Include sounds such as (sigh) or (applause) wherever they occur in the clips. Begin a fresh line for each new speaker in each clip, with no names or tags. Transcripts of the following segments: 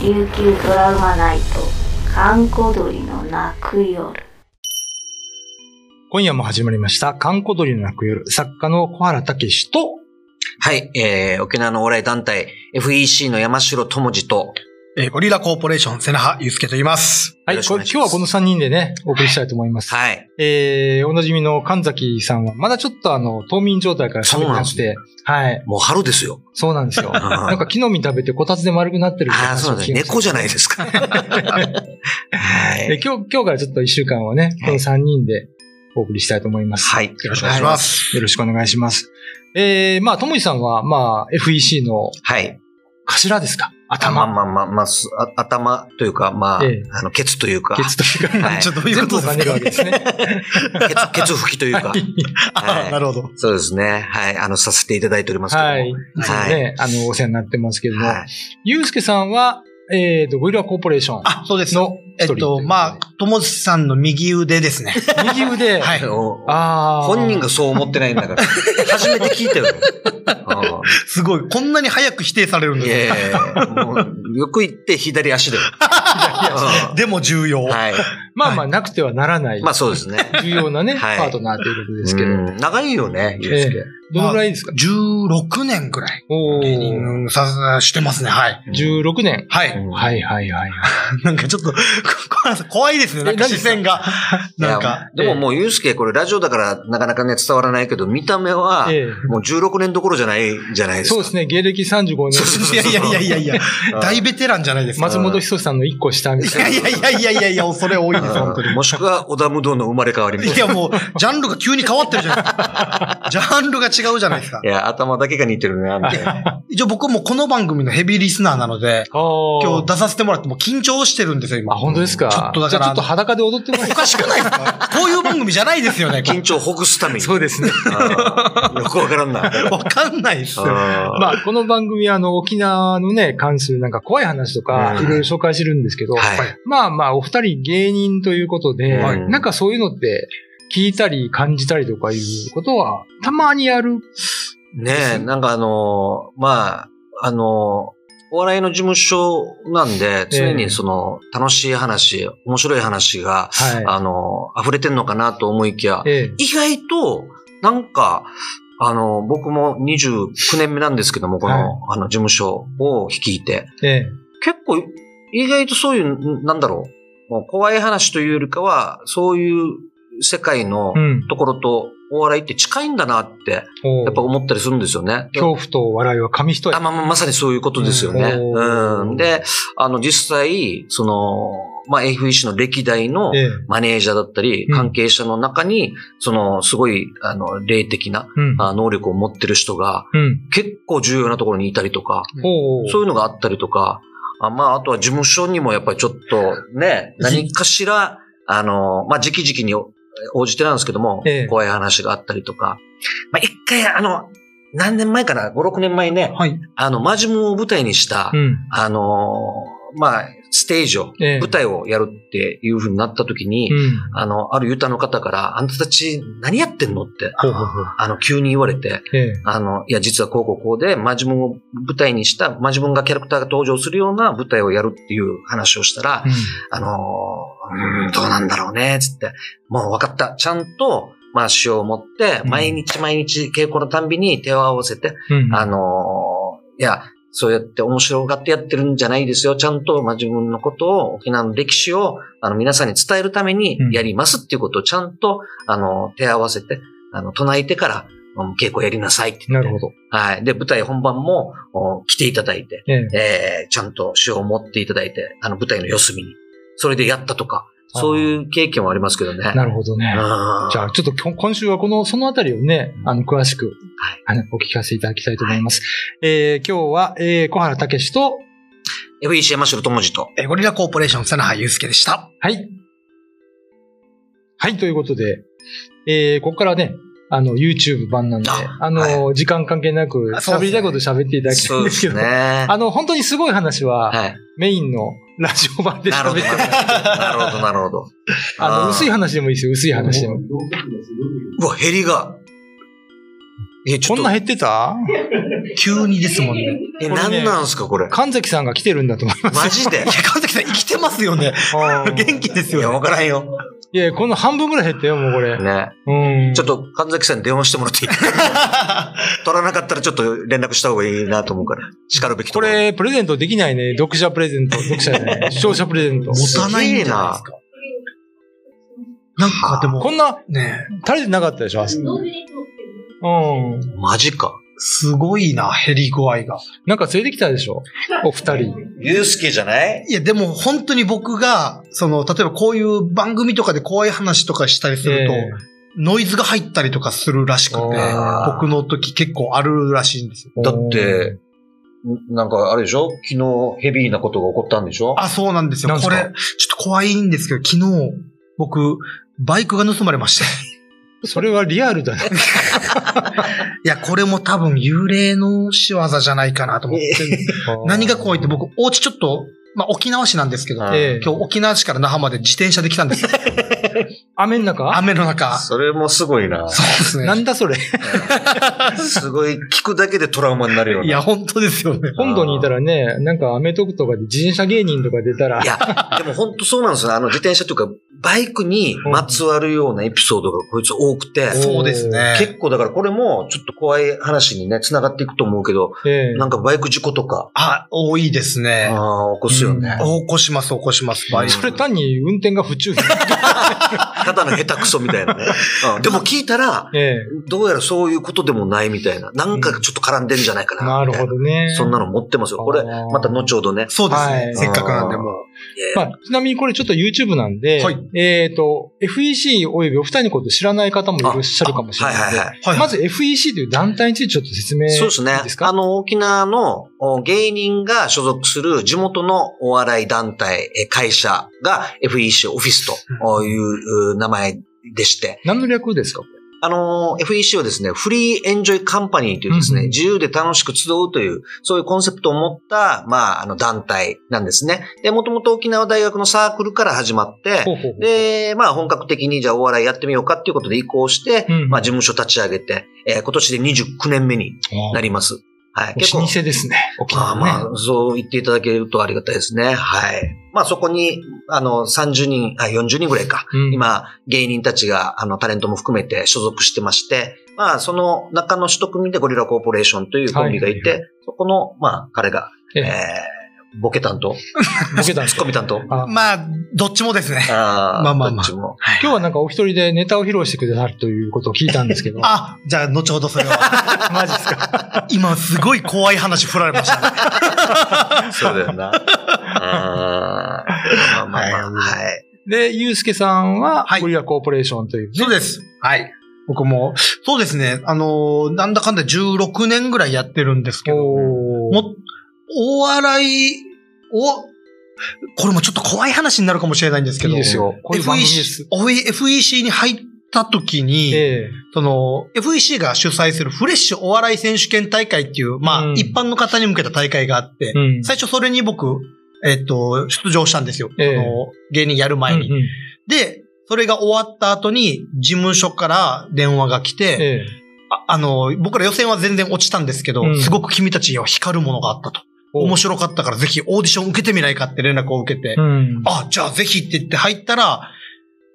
琉球ドラマナイト閑古鳥の泣く夜
今夜も始まりました、観光鳥の泣く夜、作家の小原武史と、
はい、えー、沖縄のお笑い団体 FEC の山城智司と、
えーゴリラコーポレーション、瀬那覇祐介と言います。
はい、
よろしく
こ
お
今
願い
日
します
はこの3人でね、お送りしたいと思います。
はい。
えー、おなじみの神崎さんは、まだちょっとあの、冬眠状態から喋ってなくて、はい、
もう春ですよ。
そうなんですよ。
(laughs) うん
な
あ
んか木の実食べてこたつで丸くなってるって
あー、
話
そ
を
うなん
聞
で
き
す
ました
ね。猫じゃないですか。は
で
い。
今日、今日からちょっと1週間はね、この3人でお送りしたいと思います。
はい。よ
よろしくお願いします。
よろしくお願いします。えー、まあ、ともじさんは、まあ、FEC の
はい。
頭ですか
まあ
頭。
まあまあ、まあ、すあ頭というか、まあ、
ええ
あの、ケツというか、
ケ
ケ
ツというか、
はい
ちょっとどういう
全
こ
部
と
を
で
兼
す
ね
か
るわけですね。
ツ、 (laughs) ケツ拭きという
(laughs)
か、
あ
は
ー
い
(laughs) なるほど。
そうですね。はい。あの、させていただいておりますけども。
はい。いつもね、あの、お世話になってますけども。
はい。
ゆうすけさんは、えっと、ゴリラコーポレーション
あ、そうです。
の
え
一
っ
人
と、まあ、ともしさんの右腕で
(laughs)
すね。
あ、右 (laughs) 腕。
はい。
お
ああ。
本人がそう思ってないんだから。初めて聞いたよ。うん
すごい。こんなに早く否定されるん
い
です
やい (laughs) や
ね
いやもう、よく言って左足だよ。
でも重要。
うんはい。
まあまあ、なくてはならない。
まあそうですね。
重要なね、
はい
パートナーということですけど。
うん長いよね、ゆうすけ。
どのぐらいですか
16年ぐらい。
お
芸人
ー
うんさ、してますね。はい。
16年。
は
う
い。
ん
はいはいはい。
(laughs) なんかちょっと、こ (laughs) 小原さん怖いですね。なんか
え何で
視
すか
線が。なんか。
いやでももうゆうすけ、これラジオだからなかなかね、伝わらないけど、見た目は、
え
もう16年どころじゃないじゃな
え。
いですか。
そうですね、芸歴35
そう
年。
そう
い
そう
やいやいやいやいや、
(laughs) うん
大ベテランじゃないですか。
松本人志さんの1個下み
い
たいな
や。いやいやいやいやいや、恐れ多いです、本当
うんもしくは、織田無道の生まれ変わりみ
に。
たい
いやもう、ジャンルが急に変わってるじゃないですか。ジャンルが違うじゃないですか
な。い。や、頭だけが似てるな、みたいな。
一応僕もこの番組のヘビーリスナーなので、今
今
日出させてもらってもう緊張してるんですよ、
あ、
今。
本当ですか。
ちょっとだから
じゃあちょっと裸で踊ってもらえ
おかしくないですかこういう番組じゃないですよ
(laughs)
ね。
緊張をほぐすために。
うですね。
うんよくわからんな。
わかんないっすよ。
まあ、この番組は、あの、沖縄のね、関するなんか怖い話とか、
うん
いろいろ紹介してるんですけど、
はい。
まあまあ、お二人芸人ということで、
はい
なんかそういうのって、聞いたり感じたりとかいうことは、たまにやる。
ねえ、なんかあのーまあ、あのーお笑いの事務所なんで、常
ええ
にその、楽しい話、面白い話が、
は
あのー溢れてんのかなと思いきや
い。、ええ。
意外と、なんか、あのー僕も29年目なんですけども、この、あの、事務所を率いて、
ええ。
結構、意外とそういう、んなんだろう、もう怖い話というよりかは、そういう世界の
うん。
ところと、お笑いって近いんだなって、
おう
やっぱ思ったりするんですよね。
恐怖と笑いは紙一重
あ。まあまあまさにそういうことですよね。
うん
うん。で、あの、実際、その、まあ、FEC の歴代の
ええ。
マネージャーだったり、
うん
関係者の中に、その、すごい、あの、霊的な、
うん。
あ能力を持ってる人が、
うん。
結構重要なところにいたりとか、
おう
そういうのがあったりとか、あまあ、あとは事務所にもやっぱりちょっと、ね、何かしら、あの、まあ、時期時期に応じてなんですけども、
ええ
怖い話があったりとか、まあ、一回、あの、何年前かな ?5、6年前ね、
はい。
あの、マジムを舞台にした、
うん。
あのーまあ、ステージを、
ええ
舞台をやるっていう風になった時に、
うん。
あの、あるユタの方から、あんたたち何やってんのって、
ほうほうほう。
あの、急に言われて、
ええ。
あの、いや、実はこうこうこうで、マジムを舞台にした、マジムがキャラクターが登場するような舞台をやるっていう話をしたら、
うん
あのーうーん、どうなんだろうね、つって、もう分かった。ちゃんと、まあ、詩を持って、
うん
毎日毎日稽古のたんびに手を合わせて、
うん。
あのーいや、そうやって面白がってやってるんじゃないですよ。ちゃんと、まあ、自分のことを、沖縄の歴史を、あの、皆さんに伝えるために
うん
やりますっていうことをちゃんと、あの、手合わせて、あの、唱えてから、うん稽古やりなさいって言
な
って
るほど。
はい。で、舞台本番も、お来ていただいて、
ええ。
えーちゃんと手を持っていただいて、あの、舞台の四隅に。それでやったとか、
あー
そういう経験はありますけどね。
なるほどね。
うん
じゃあ、ちょっと今今週はこの、そのあたりをね、あの、詳しく、はい、お聞かせいただきたいと思います。えー、今日は、えー、小原武史と、
FEC 山城智司と。
えーゴリラコーポレーション、瀬那覇祐介でした。
はい。はい、ということで、えー、ここからね、あの、YouTube 版なんで、
あ
あの、時間関係なく、
あそう
喋
ですね
りたいこと喋っていただきたい
そ
ん
う
で
です
け
す
ど、
ね。
あの、本当にすごい話は、
はい。
メインのラジオ版で
なる
喋っ
ほど。
てもらう
なるほど、なるほど。
あの、薄い
話。
話でもいいですよ、薄い話でも。
うわ、減りが。え、ち
こ
ょっ
ん
と
な、減ってた
急にですもんね。
え、
これ
な
ね
んなんすか、これ。
神崎さんが来てるんだと思いま
マジで
いや、神崎さん生きてますよね。
す。
元気です
いや、
よね。
わからんよ。
いや、この半分ぐらい減ったよ、もうこれ。
ね。
うん。
ちょっと、神崎さんに電話してもらっていい取らなかったらちょっと連絡した方がいいなと思うから。叱るべきと
こ
ころ。
れ、プレゼントできないね。読者プレゼント。読者じゃない。視聴者プレゼント。
持たないんじゃないですか。なんかでも、
こんな、
ね
垂れてなかったでしょ、あそこ。うん。
マジか。
すごいな、減り具合が。
なんか連れてきたでしょお二人。
ゆうすけじゃない
いや、でも本当に僕が、その、例えばこういう番組とかで怖い話とかしたりすると、
え
ノイズが入ったりとかするらしくて、
あ
ー
僕の時結構あるらしいんですよ。
え
だって、んなんかあれでしょ昨日ヘビーなことが起こったんでしょ
あ、そうなんですよ。
なんす
こ
か
れ、ちょっと怖いんですけど、昨日、僕、バイクが盗まれまして。
それはリアルだね。
いや、これも多分幽霊の仕業じゃないかなと思って。何が怖いって僕、お家ちょっと、まあ、沖縄市なんですけど、
あ
今
ー
ええ
日沖縄市から那覇まで自転車で来たんですよ。
雨の中
雨の中。そ
それもすごいな。
うです
な
ね。
んだそれ。
すごい、聞くだけでトラウマになるよ
い
な。
や、本当ですよね。
本土にいたらね、なんかアメトークとかで自転車芸人とか出たら
い、や、でも本当そうなんですよ。あの、自転車というか、バイクにまつわるようなエピソードがこいつ多くて、
そうですね。
結構だからこれもちょっと怖い話にね、繋がっていくと思うけど、
ええ
なんかバイク事故とか、
あ、多いですね。
ああ、起こすよね。
起こします、起こします、バイ
そ
ク。
れ単に運転が不注意。
ただの下手くそみたいな
(laughs)
ね。うんでも聞いたら、
ええ
どうやらそういうことでもないみたいな。なんかちょっと絡んでんじゃないかな。
なるほ
ど。
どね。
そんなの持ってますよ。これ、また後ほどね。
そうですね。
はい
せっかくなんでもう。
まあ、ちなみにこれちょっと YouTube なんで、
はい
えっ、と、FEC およびお二人のことを知らない方もいらっしゃるかもしれ
はい
ないの
はい
で、
はい。
はい、
まず FEC という団体についてちょっと説明。
そうですね
いいです。か
あの、沖縄のお芸人が所属する地元のお笑い団体、え会社が FEC オフィスというう名前でして、
何の略ですか
あの、FEC はですね、フリーエンジョイカンパニーというですね、
うんうん
自由で楽しく集うという、そういうコンセプトを持った、まあ、あの、団体なんですね。で、もともと沖縄大学のサークルから始まって、
ほうほうほう
で、まあ本格的にじゃあお笑いやってみようかっていうことで移行して、
うん
まあ事務所立ち上げて、えー今年で29年目になります。はい。
お老舗ですね。沖
ま
縄
あ
のね。
まあ、そう言っていただけるとありがたいですね。はい。まあそこに、あの、30人、あ、40人ぐらいか。
うん、
今、芸人たちが、あの、タレントも含めて所属してまして、まあその中の一組でゴリラコーポレーションというコンビがい
は
て、そこの、まあ彼が、
え
え
え
ーボケ担当、
ボケたんです
ツッコミ担当。
あ
まあ、どっちもですね。
あ
まあまあまあ
どっちも
今日はなんかお一人でネタを披露してくださるということを聞いたんですけ
(laughs)
ど。
あ、じゃあ、後ほどそれは。
(laughs) マジですか。
(laughs) 今、すごい怖い話振られましたね。
そうだよな。あーまあまあまあ、はい。
で、ゆうすけさんは
は、い
ゴリラコーポレーションという、ね
そうです。はい。僕も、そうですね。あのー、なんだかんだ16年ぐらいやってるんですけど、
おー
も、お笑いを、これもちょっと怖い話になるかもしれないんですけ
いい
ど、
ですよ。こういう番組で
FEC
す。
おい FEC に入った時に、
ええ
その、FEC が主催するフレッシュお笑い選手権大会っていう、まあ、
うん
一般の方に向けた大会があって、
うん。
最初それに僕、えっと、出場したんですよ。
ええ
その芸人やる前に。
うんうん
で、それが終わった後に、事務所から電話が来て、
ええ
ああの、僕ら予選は全然落ちたんですけど、
うん
すごく君たちには光るものがあったと。
お
面白かったからぜひオーディション受けてみないかって連絡を受けて、
うん。
あ、じゃあぜひって言って入ったら、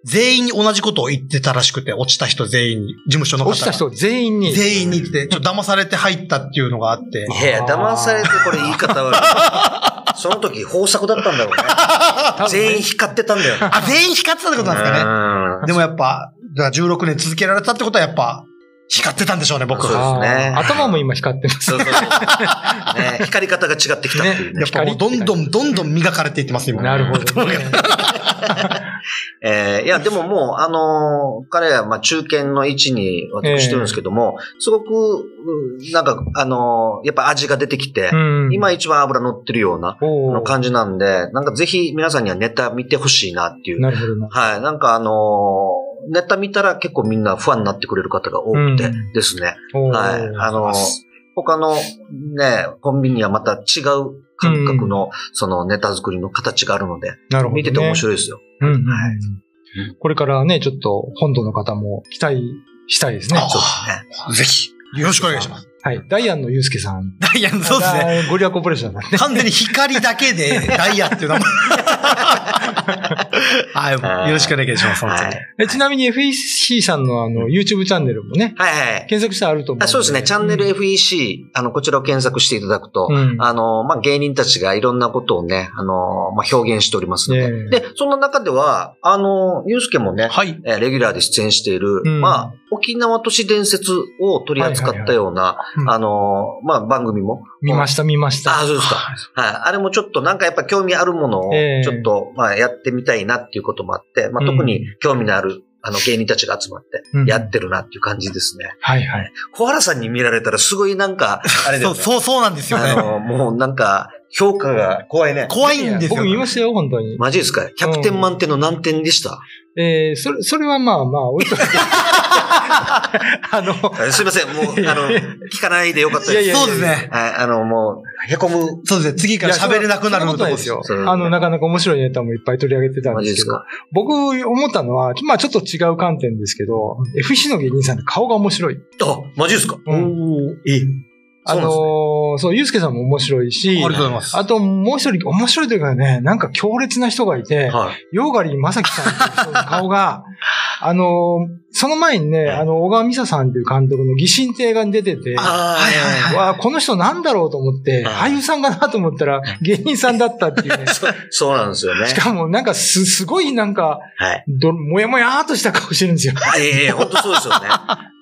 全員に同じことを言ってたらしくて、落ちた人全員に、事務所の方が
落ちた人全員に。
全員にって、ちょっと騙されて入ったっていうのがあって、
いや、騙されてこれ言い方悪い。その時、豊作だったんだろうね。
多分ね
全員光ってたんだよ。
あ、全員光ってたってことなんですかね。
うん
でもやっぱ、だから16年続けられたってことはやっぱ、光ってたんでしょうね、
そ
僕
うです
は。
ね
あー頭も今光ってます。
そうそうそうね光り方が違ってきたっていうね
や。っぱもうどんどんどんどん磨かれていってます、今。
(laughs) なるほどね、
えーいや、でももう、あのー彼は、まあ、中堅の位置に私してるんですけども、すごく、うんなんか、あのーやっぱ味が出てきて、
うん
今、一番脂乗ってるような、
おー
の感じなんで、なんかぜひ皆さんにはネタ見てほしいなっていう。
なるほどな。
はい。なんかあのーネタ見たら結構みんなファンになってくれる方が多くて
うん
ですね。
おー
はい。あのー他のね、コンビニはまた違う感覚の、そのネタ作りの形があるので、
なるほどね
見てて面白いですよ。
うんうんうん
はい
これからね、ちょっと本土の方も期待したいですね。
あ
そうですね。
(laughs) ぜひ。よろしくお願いします。
はい。ダイアンのユうスケさん。
ダイアン、そうですね。
ね。ゴリラコーポレーションだね。
完全に光だけで、ダイヤっていう名前。はい、よろしくお願いします、本当に。
(laughs) えちなみに FEC さんのあの、YouTube チャンネルもね、
はいはい。
検索したらあると思うの。
あそうですね。チャンネル FEC、あの、こちらを検索していただくと、
うん
あの、まあ、芸人たちがいろんなことをね、あの、まあ、表現しておりますので、
ねえ
で、そんな中では、あの、ゆうすけもね、
はい。
えーレギュラーで出演している、
うん
まあ、沖縄都市伝説を取り扱ったような、
いはいはい
あのーまあ、番組も。
見ました、見ました。
ああ、そうですか。はい。あれもちょっとなんかやっぱ興味あるものを、
ええ
ちょっと、まあ、やってみたいなっていうこともあって、まあ、特に興味のある、あの、芸人たちが集まって
うん、
やってるなっていう感じですね。
はいはい。
小原さんに見られたらすごいなんか、あれだ
そ
よ
う、
ね。
そう、そうなんですよ
あ
ね。
の、もうなんか、評価が怖いね。
怖いんですよ。
僕見ましたよ、本当に。
マジですか ?100 点満点の何点でした、
えー、それ、それはまあまあ、置いといて。あの、
あすいません。もう、あの、聞かないでよかったです。
いやいや
そうですね。
はい、あの、もう、へこむ。
そうですね。次から喋れなくなる
ことと
こ
ないで
ろですす
よ
よ。
そう。
(laughs) あの、なかなか面白いネタもいっぱい取り上げてたん
マ
で
ジ
す
で
け
す
ど
か。。
僕思ったのは、まあちょっと違う観点ですけど、FC の芸人さんって顔が面白い。
あ、マジですか。
うん
おーえ
あのーそう、ゆうすけさんも面白い
あ
し
り、がとうございます。
あともう一人面白いというかね、なんか強烈な人がいて、
はい。
ヨーガリーまさきさんっていう人の顔が、あのーその前にね、あの、小川美沙さんっていう監督の疑心帝が出てて、
あー
はいはいは
(laughs)
い
わあ、この人なんだろうと思って、
はい
俳優さんかなと思ったら、芸人さんだったっていうね。
そそうなんですよね。
しかもなんかす、すごいなんか、
はい。
ど、もやもやーっとした顔してるんですよ。
ええええ、本当そうですよね。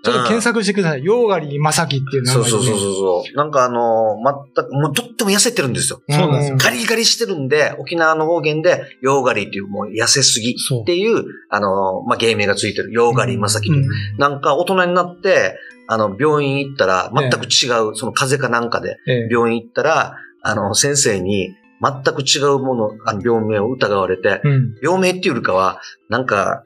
ちょっと検索してください。ヨーガリーまさきっていう
うん
名
そ
前
う
でね
そうそうそう。なんかあの全く、もうとっても痩せてるんですよ。
そうなんですよ
ガリガリしてるんで、沖縄の方言で、ヨーガリっていう、もう痩せすぎ
そう
っていう、あのまあ、芸名がついてる、ヨーガリまさき。なんか大人になって、あの、病院行ったら、全く違う、その風邪かなんかで、
ええ
病院行ったら、あの、先生に、全く違うもの、あの、病名を疑われて、
うん。
病名っていうよりかは、なんか、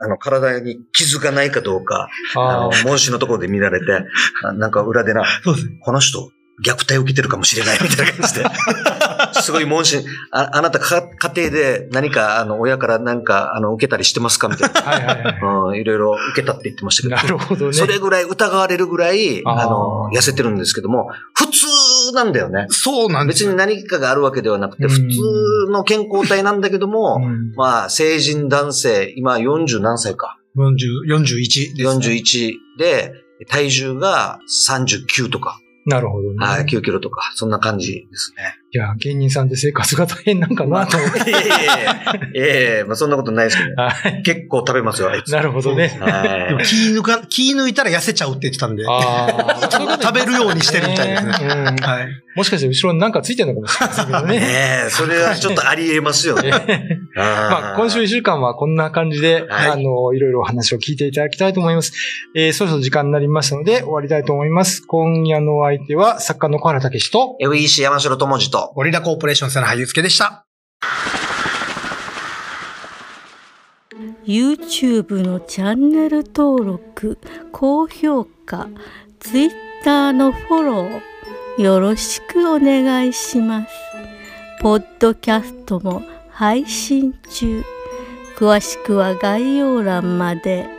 あの、体に傷がないかどうか、あ
あ
の、
ー
問診のところで見られて、
(laughs)
あなんか裏でな、
そうですね。
この人、虐待を受けてるかもしれないみたいな
(laughs)
感じで。すごい問診、ああなたか家庭で何か、あの、親から何か、あの、受けたりしてますかみたいな。
はいはい (laughs) は
うん、いろいろ受けたって言ってました
い。
けど
な。るほどね。
それぐらい疑われるぐらい、
あー
あの、痩せてるんですけども、普通なんだよね。
そうなんです
別
よ。
に何かがあるわけではなくて、
うん
普通の健康体なんだけど
う
も、
ん
まあ、成人男性、今40何歳か。
40 41ですね。
41で、体重が39とか、
なるほどね。
はい、9キロとか、そんな感じですね。
いや、芸人さんって生活が大変なんかなと
(laughs)
思って。
いえい (laughs) えいえ、ええまあそんなことないですけどね。
はい。
結構食べますよ、あいつ。
なるほど
(laughs)
ね。
は
でも
い。
気抜か、気抜いたら痩せちゃうって言ってたんで。は
ああ、そういうこと
食べるようにしてるみたい (laughs) です
ね。うん
い。
もしかして後ろになんかついてるのかもしれないですけどね。
ねえ、それはちょっとありえますよ (laughs) ね。
ええ (laughs) ま
ま
あ、今週1週間はこんな感じで、
はい
あの、いろいろお話を聞いていただきたいと思います。えー、そろそろ時間になりましたので、終わりたいと思います。今夜のお相手は、作家の小原武史と、
FEC 山城智二と、
ゴリラコーポレーションさんの俳優付けでした。
YouTube のチャンネル登録高評価 Twitter のフォローよろしくお願いしますポッドキャストも配信中詳しくは概要欄まで。